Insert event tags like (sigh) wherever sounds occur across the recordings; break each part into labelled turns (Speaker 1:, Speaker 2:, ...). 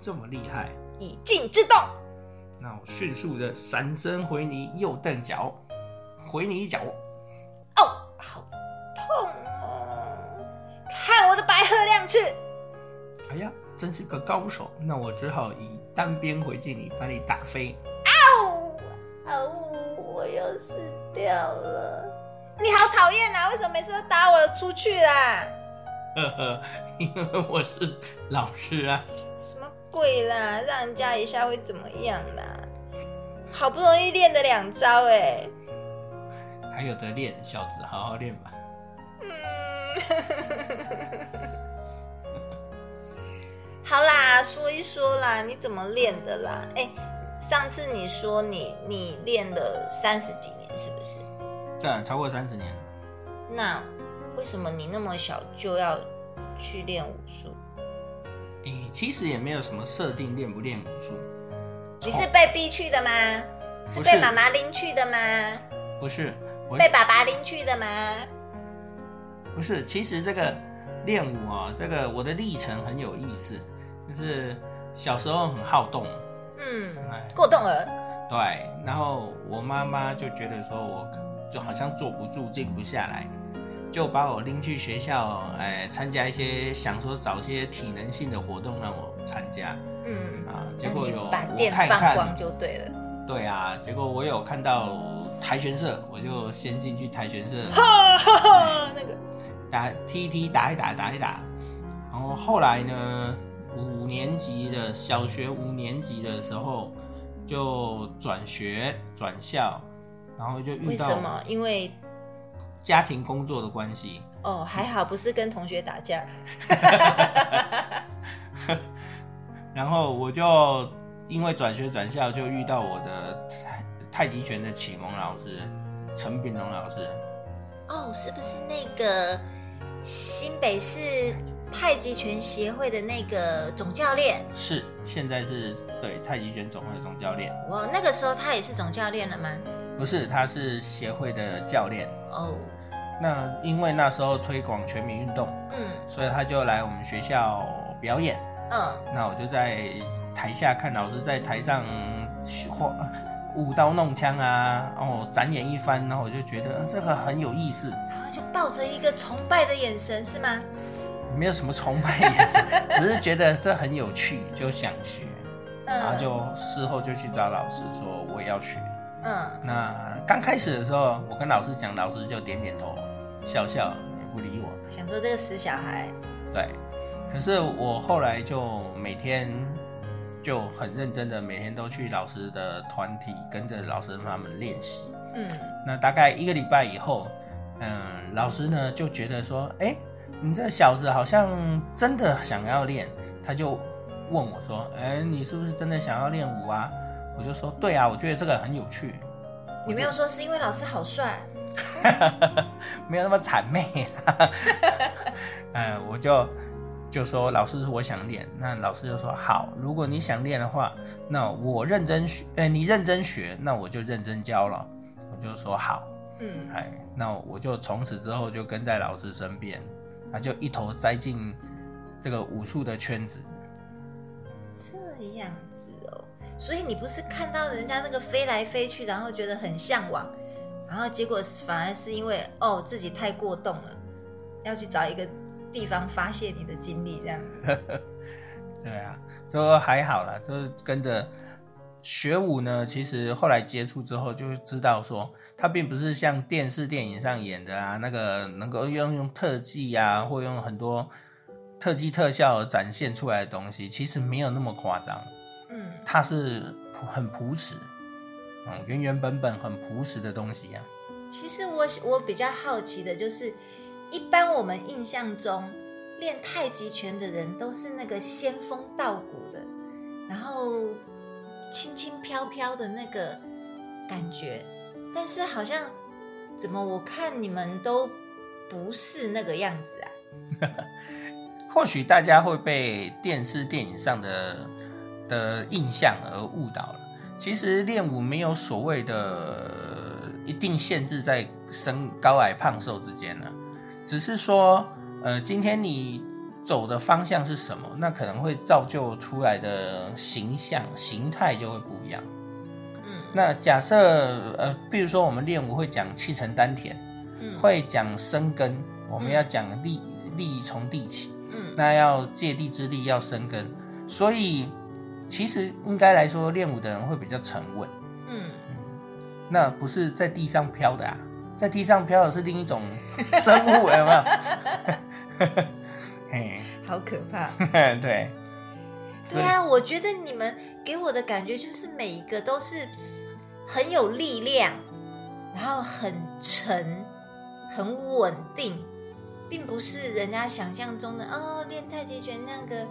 Speaker 1: 这么厉害，
Speaker 2: 以静制动，
Speaker 1: 那我迅速的闪身回泥，右蹬脚，回你一脚，
Speaker 2: 哦，好痛哦！看我的白鹤亮翅，
Speaker 1: 哎呀，真是个高手。那我只好以单边回敬你，把你打飞。
Speaker 2: 哦哦，我又死掉了！你好讨厌啊！为什么每次都打我出去啊啦？
Speaker 1: 呵呵，因为我是老师啊。
Speaker 2: 什么鬼啦？让人家一下会怎么样啦？好不容易练的两招哎、
Speaker 1: 还有的练，小子，好好练吧。
Speaker 2: 嗯， (laughs) 好啦，说一说啦，你怎么练的啦？哎、上次你说你你练了三十几年，是不是？
Speaker 1: 对，啊超过三十年了。
Speaker 2: 那为什么你那么小就要去练武术？
Speaker 1: 诶、其实也没有什么设定练不练武术。
Speaker 2: 你是被逼去的吗？是
Speaker 1: 不
Speaker 2: 被
Speaker 1: 是
Speaker 2: 妈妈拎去的吗？
Speaker 1: 不是我
Speaker 2: 被爸爸拎去的吗？
Speaker 1: 不是，其实这个练武啊，这个我的历程很有意思，就是小时候很好动，
Speaker 2: 嗯，
Speaker 1: 哎，
Speaker 2: 过动儿。
Speaker 1: 对，然后我妈妈就觉得说我就好像坐不住，静不下来，就把我拎去学校，哎，参加一些想说找些体能性的活动让我参加
Speaker 2: 嗯，
Speaker 1: 啊，结果有
Speaker 2: 把
Speaker 1: 我
Speaker 2: 电
Speaker 1: 看一
Speaker 2: 放
Speaker 1: 看
Speaker 2: 光，就对了。
Speaker 1: (laughs) 对啊，结果我有看到跆拳社，我就先进去跆拳社。
Speaker 2: 哈哈哈，那个
Speaker 1: 打踢一踢打一打打一打，然后后来呢，五年级的小学五年级的时候就转学转校，然后就遇
Speaker 2: 为
Speaker 1: 到
Speaker 2: 什么？因为
Speaker 1: 家庭工作的关系，
Speaker 2: 哦，还好不是跟同学打架。
Speaker 1: 然后我就因为转学转校就遇到我的太太极拳的启蒙老师陈炳龙老师，
Speaker 2: 哦，是不是那个新北市太极拳协会的那个总教练？
Speaker 1: 是现在是对太极拳总会总教练，
Speaker 2: 哇，那个时候他也是总教练了吗？
Speaker 1: 不是他是协会的教练。
Speaker 2: 哦，
Speaker 1: 那因为那时候推广全民运动。
Speaker 2: 嗯
Speaker 1: 所以他就来我们学校呃表演。
Speaker 2: 嗯，
Speaker 1: 那我就在台下看老师在台上画呃舞刀弄枪啊，哦，展演一番，然后我就觉得、呃这个很有意思，
Speaker 2: 然后就抱着一个崇拜的眼神是吗？
Speaker 1: 没有什么崇拜意思，只是觉得这很有趣，就想学，然后
Speaker 2: 嗯
Speaker 1: 就事后就去找老师说我也要学。
Speaker 2: 嗯，
Speaker 1: 那刚开始的时候，我跟老师讲，老师就点点头，笑笑，也不理我。
Speaker 2: 想说这个死小孩，
Speaker 1: 对，可是我后来就每天就很认真的，每天都去老师的团体，跟着老师他们练习。
Speaker 2: 嗯，
Speaker 1: 那大概一个礼拜以后，嗯，老师呢就觉得说，哎、你这小子好像真的想要练，他就问我说，哎、你是不是真的想要练舞啊？我就说，对啊，我觉得这个很有趣，
Speaker 2: 你没有说是因为老师好帅，
Speaker 1: 没有那么谄媚、 (laughs) 啊。呃，我就就说老师，我想练。那老师就说好，如果你想练的话，那我认真学，呃，你认真学，那我就认真教了。我就说好，
Speaker 2: 嗯，
Speaker 1: 哎，那我就从此之后就跟在老师身边，他就一头栽进这个武术的圈子。
Speaker 2: 这样子哦。所以你不是看到人家那个飞来飞去，然后觉得很向往，然后结果反而是因为哦自己太过动了，要去找一个地方发泄你的精力，这样。
Speaker 1: 对啊，就还好啦，就是跟着学舞呢。其实后来接触之后，就知道说，它并不是像电视电影上演的啊，那个能够用用特技啊，或用很多特技特效而展现出来的东西，其实没有那么夸张，
Speaker 2: 嗯，
Speaker 1: 它是朴很朴实，嗯，原原本本很朴实的东西呀、啊
Speaker 2: 其实我我比较好奇的就是，一般我们印象中练太极拳的人都是那个仙风道骨的，然后轻轻飘飘的那个感觉，但是好像怎么我看你们都不是那个样子啊？
Speaker 1: 或许大家会被电视电影上的的印象而误导了。其实练武没有所谓的呃一定限制在啊身高矮胖瘦之间呢、只是说，呃，今天你走的方向是什么，那可能会造就出来的形象形态就会不一样。
Speaker 2: 嗯
Speaker 1: 那假设呃，比如说我们练武会讲气沉丹田，
Speaker 2: 嗯
Speaker 1: 会讲生根，我们
Speaker 2: 嗯
Speaker 1: 要讲力力从地起，
Speaker 2: 嗯
Speaker 1: 那要借地之力要生根，所以其实应该来说，练武的人会比较沉稳，
Speaker 2: 嗯，
Speaker 1: 那不是在地上飘的啊，在地上飘的是另一种生物，有没有？嘿， (laughs)
Speaker 2: 嗯好可怕。
Speaker 1: 对，
Speaker 2: 对啊，我觉得你们给我的感觉就是每一个都是很有力量，然后很沉、很稳定，并不是人家想象中的哦，练太极拳那个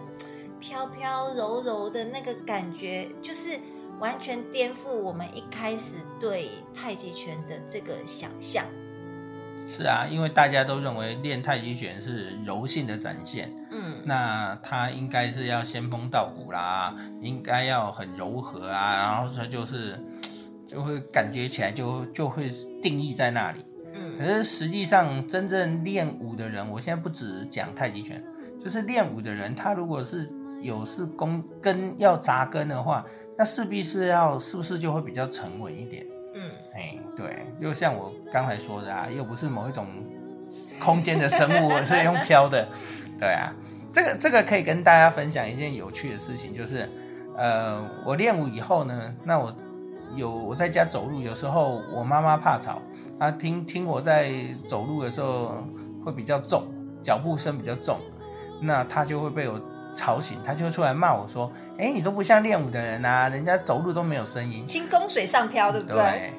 Speaker 2: 飘飘柔柔的那个感觉，就是完全颠覆我们一开始对太极拳的这个想象。
Speaker 1: 是啊，因为大家都认为练太极拳是柔性的展现，
Speaker 2: 嗯
Speaker 1: 那他应该是要仙风道骨啦，应该要很柔和啊，然后他就是就会感觉起来就就会定义在那里。可
Speaker 2: 嗯
Speaker 1: 是实际上，真正练武的人，我现在不只讲太极拳，就是练武的人，他如果是有是弓根要扎根的话，那势必是要是不是就会比较沉稳一点？
Speaker 2: 嗯，
Speaker 1: 哎，对，就像我刚才说的啊，又不是某一种空间的生物， (laughs) 我是用飘的，对啊，这个这个可以跟大家分享一件有趣的事情，就是呃，我练舞以后呢，那我有我在家走路，有时候我妈妈怕吵，她听听我在走路的时候会比较重，脚步声比较重，那她就会被我吵醒，她就会出来骂我说：“哎，你都不像练舞的人啊，人家走路都没有声音。”
Speaker 2: 轻功水上漂，对不
Speaker 1: 对，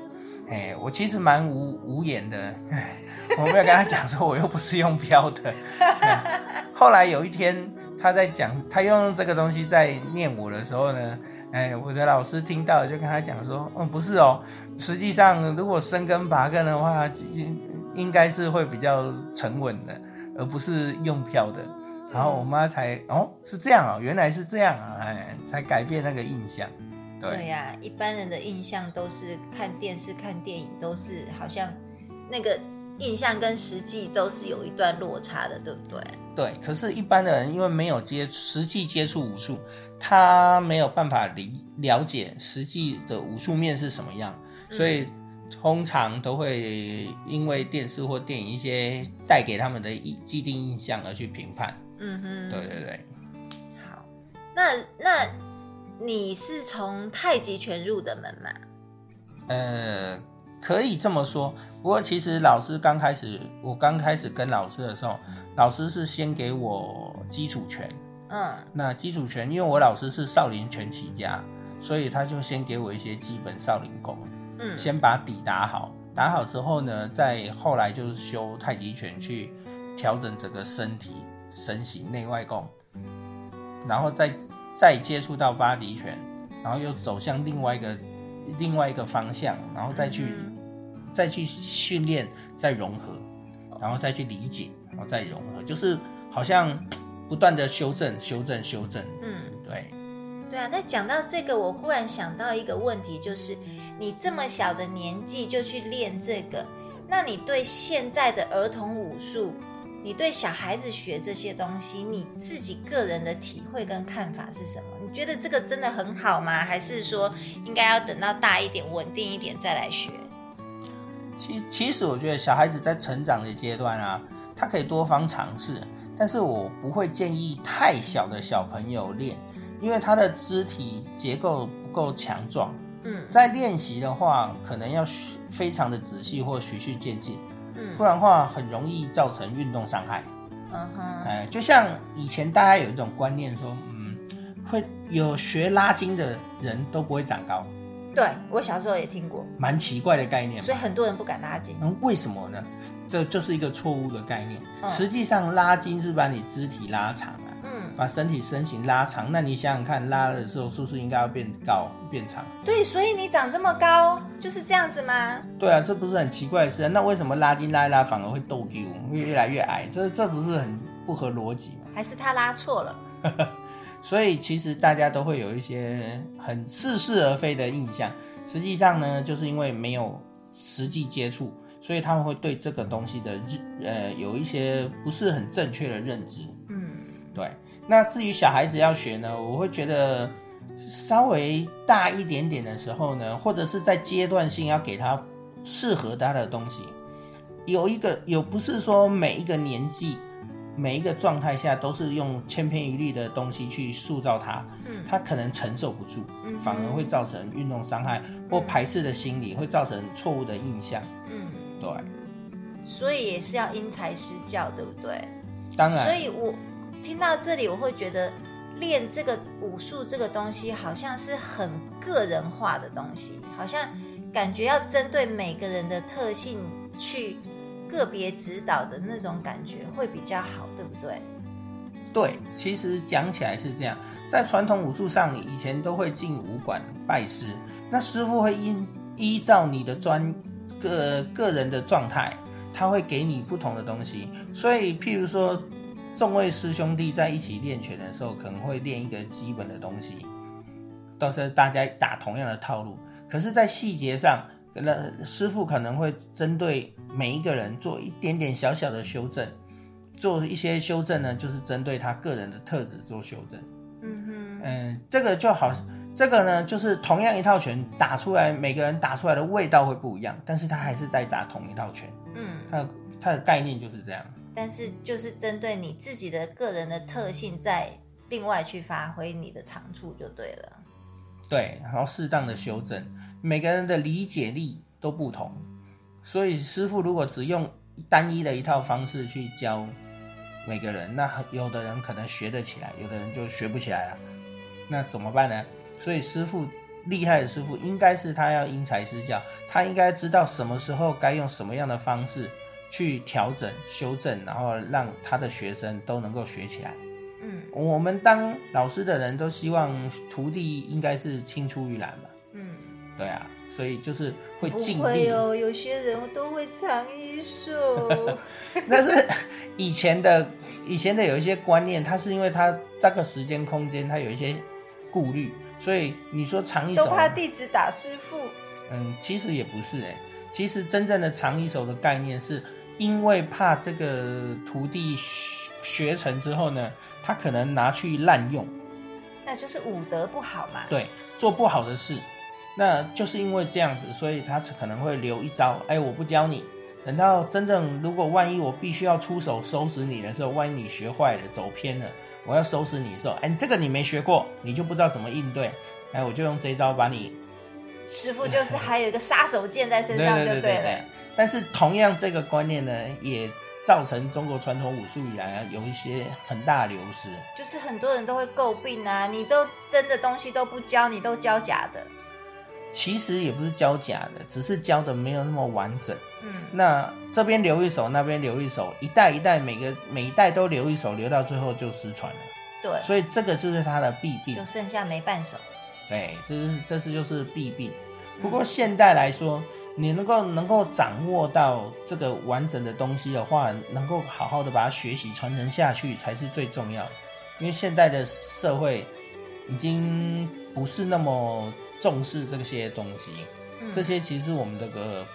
Speaker 1: 哎、我其实蛮无无言的， (laughs) 我没有跟他讲说我又不是用标的。 (laughs) 后来有一天他在讲，他用这个东西在念我的时候呢，哎，我的老师听到就跟他讲说，嗯，不是哦，实际上如果深根拔根的话，应应该是会比较沉稳的，而不是用飘的。然后我妈才哦，是这样哦，原来是这样啊，哎，才改变那个印象。对
Speaker 2: 对呀、一般人的印象都是看电视、看电影，都是好像那个印象跟实际都是有一段落差的，对不对？
Speaker 1: 对，可是，一般的人因为没有接实际接触武术，他没有办法理了解实际的武术面是什么样，
Speaker 2: 嗯
Speaker 1: 所以通常都会因为电视或电影一些带给他们的一既定印象而去评判。
Speaker 2: 嗯哼，
Speaker 1: 对对对，
Speaker 2: 好，那那你是从太极拳入的门嘛？
Speaker 1: 呃，可以这么说。不过，其实老师刚开始，我刚开始跟老师的时候，老师是先给我基础拳，
Speaker 2: 嗯
Speaker 1: 那基础拳，因为我老师是少林拳起家，所以他就先给我一些基本少林功，
Speaker 2: 嗯，
Speaker 1: 先把底打好。打好之后呢，再后来就是修太极拳去调整整个身体身形内外功，然后再再接触到八极拳，然后又走向另外一个另外一个方向，然后再去、再去训练，再融合，然后再去理解，然后再融合，就是好像不断的修正、修正、修正。
Speaker 2: 嗯，
Speaker 1: 对，
Speaker 2: 对啊。那讲到这个，我忽然想到一个问题，就是你这么小的年纪就去练这个，那你对现在的儿童武术，你对小孩子学这些东西，你自己个人的体会跟看法是什么？你觉得这个真的很好吗？还是说应该要等到大一点、稳定一点再来学？
Speaker 1: 其其实我觉得小孩子在成长的阶段啊，他可以多方尝试，但是我不会建议太小的小朋友练，因为他的肢体结构不够强壮，
Speaker 2: 嗯
Speaker 1: 在练习的话，可能要循非常的仔细或循序渐进，
Speaker 2: 嗯
Speaker 1: 不然的话很容易造成运动伤害。
Speaker 2: 嗯哼，
Speaker 1: 哎，就像以前大家有一种观念说，嗯，会有学拉筋的人都不会长高，
Speaker 2: 对我小时候也听过，
Speaker 1: 蛮奇怪的概念
Speaker 2: 所以
Speaker 1: 吧？
Speaker 2: 很多人不敢拉筋。
Speaker 1: 嗯，为什么呢？这就是一个错误的概念。
Speaker 2: 嗯
Speaker 1: 实际上，拉筋是把你肢体拉长啊，
Speaker 2: 嗯，
Speaker 1: 把身体身形拉长。那你想想看，拉的时候是不是应该要变高、变长？
Speaker 2: 对，所以你长这么高就是这样子吗？
Speaker 1: 对啊，这不是很奇怪的事、啊？那为什么拉筋拉一拉反而会斗丢，会越来越矮？这这不是很不合逻辑吗？
Speaker 2: 还是他拉错了？
Speaker 1: 所以其实大家都会有一些很似是而非的印象。实际上呢，就是因为没有实际接触，所以他们会对这个东西的认呃有一些不是很正确的认知。
Speaker 2: 嗯
Speaker 1: 对，那至于小孩子要学呢，我会觉得稍微大一点点的时候呢，或者是在阶段性要给他适合他的东西。有一个有不是说每一个年纪、每一个状态下都是用千篇一律的东西去塑造他，
Speaker 2: 嗯
Speaker 1: 他可能承受不住，
Speaker 2: 嗯哼
Speaker 1: 反而会造成运动伤害或排斥的心理，会造成错误的印象。
Speaker 2: 嗯，
Speaker 1: 对，
Speaker 2: 所以也是要因材施教，对不对？
Speaker 1: 当然
Speaker 2: 所以我听到这里，我会觉得练这个武术这个东西，好像是很个人化的东西，好像感觉要针对每个人的特性去个别指导的那种感觉会比较好，对不对？
Speaker 1: 对，其实讲起来是这样，在传统武术上，以前都会进武馆拜师，那师傅会依依照你的专个个人的状态，他会给你不同的东西。所以，譬如说，众位师兄弟在一起练拳的时候，可能会练一个基本的东西，到时候大家打同样的套路。可是，在细节上，那师傅可能会针对每一个人做一点点小小的修正。做一些修正呢，就是针对他个人的特质做修正。
Speaker 2: 嗯
Speaker 1: 嗯，这个就好，这个呢就是同样一套拳打出来，每个人打出来的味道会不一样，但是他还是在打同一套拳，
Speaker 2: 哼，嗯。
Speaker 1: 他他的概念就是这样。
Speaker 2: 但是就是针对你自己的个人的特性，再另外去发挥你的长处就对了。
Speaker 1: 对，然后适当的修正，每个人的理解力都不同，所以师傅如果只用单一的一套方式去教每个人，那很有的人可能学得起来，有的人就学不起来了，那怎么办呢？所以师傅厉害的师傅应该是他要因材施教，他应该知道什么时候该用什么样的方式去调整、修正，然后让他的学生都能够学起来。
Speaker 2: 嗯
Speaker 1: 我们当老师的人都希望徒弟应该是青出于蓝嘛，
Speaker 2: 嗯，
Speaker 1: 对啊，所以就是会
Speaker 2: 不
Speaker 1: 尽
Speaker 2: 会
Speaker 1: 力。
Speaker 2: 哦，有些人都会藏一手。
Speaker 1: (laughs) 但是以前的以前的有一些观念，他是因为他这个时间空间他有一些顾虑，所以你说长一
Speaker 2: 都
Speaker 1: 手，啊
Speaker 2: 怕弟子打师傅。
Speaker 1: 嗯，其实也不是哎、其实真正的长一手的概念是因为怕这个徒弟学学成之后呢，他可能拿去滥用。
Speaker 2: 那就是武德不好
Speaker 1: (laughs)
Speaker 2: 嘛。
Speaker 1: 对，做不好的事，那就是因为这样子，所以他可能会留一招，哎，我不教你，等到真正如果万一我必须要出手收拾你的时候，万一你学坏了走偏了，我要收拾你的时候，哎，这个你没学过，你就不知道怎么应对，哎，我就用这一招把你，
Speaker 2: 师傅就是还有一个杀手锏在身
Speaker 1: 对
Speaker 2: 上
Speaker 1: (laughs) 对
Speaker 2: 就
Speaker 1: 对对
Speaker 2: 了。
Speaker 1: 对。但是同样这个观念呢，也造成中国传统武术以来啊有一些很大的流失。
Speaker 2: 就是很多人都会诟病啊，你都真的东西都不教，你都教假的。
Speaker 1: 其实也不是教假的，只是教的没有那么完整。
Speaker 2: 嗯
Speaker 1: 那这边留一手，那边留一手，一代一代，每个每一代都留一手，留到最后就失传了。
Speaker 2: 对，
Speaker 1: 所以这个就是它的弊病
Speaker 2: 就，剩下没半手。
Speaker 1: 对，这是这是就是弊病。不过现代来说，你能够能够掌握到这个完整的东西的话，能够好好的把它学习传承下去才是最重要的。因为现代的社会已经不是那么重视这些东西，
Speaker 2: 嗯
Speaker 1: 这些其实是我们这个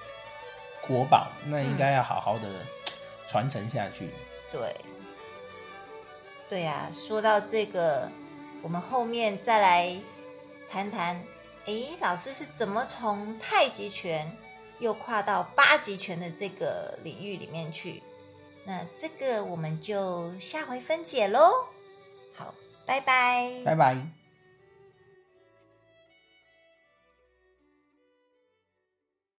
Speaker 1: 国宝，那应该要好好的传承下去。
Speaker 2: 对，对呀、说到这个，我们后面再来谈谈，诶，老师是怎么从太极拳又跨到八极拳的这个领域里面去？那这个我们就下回分解喽。好，拜拜
Speaker 1: 拜拜。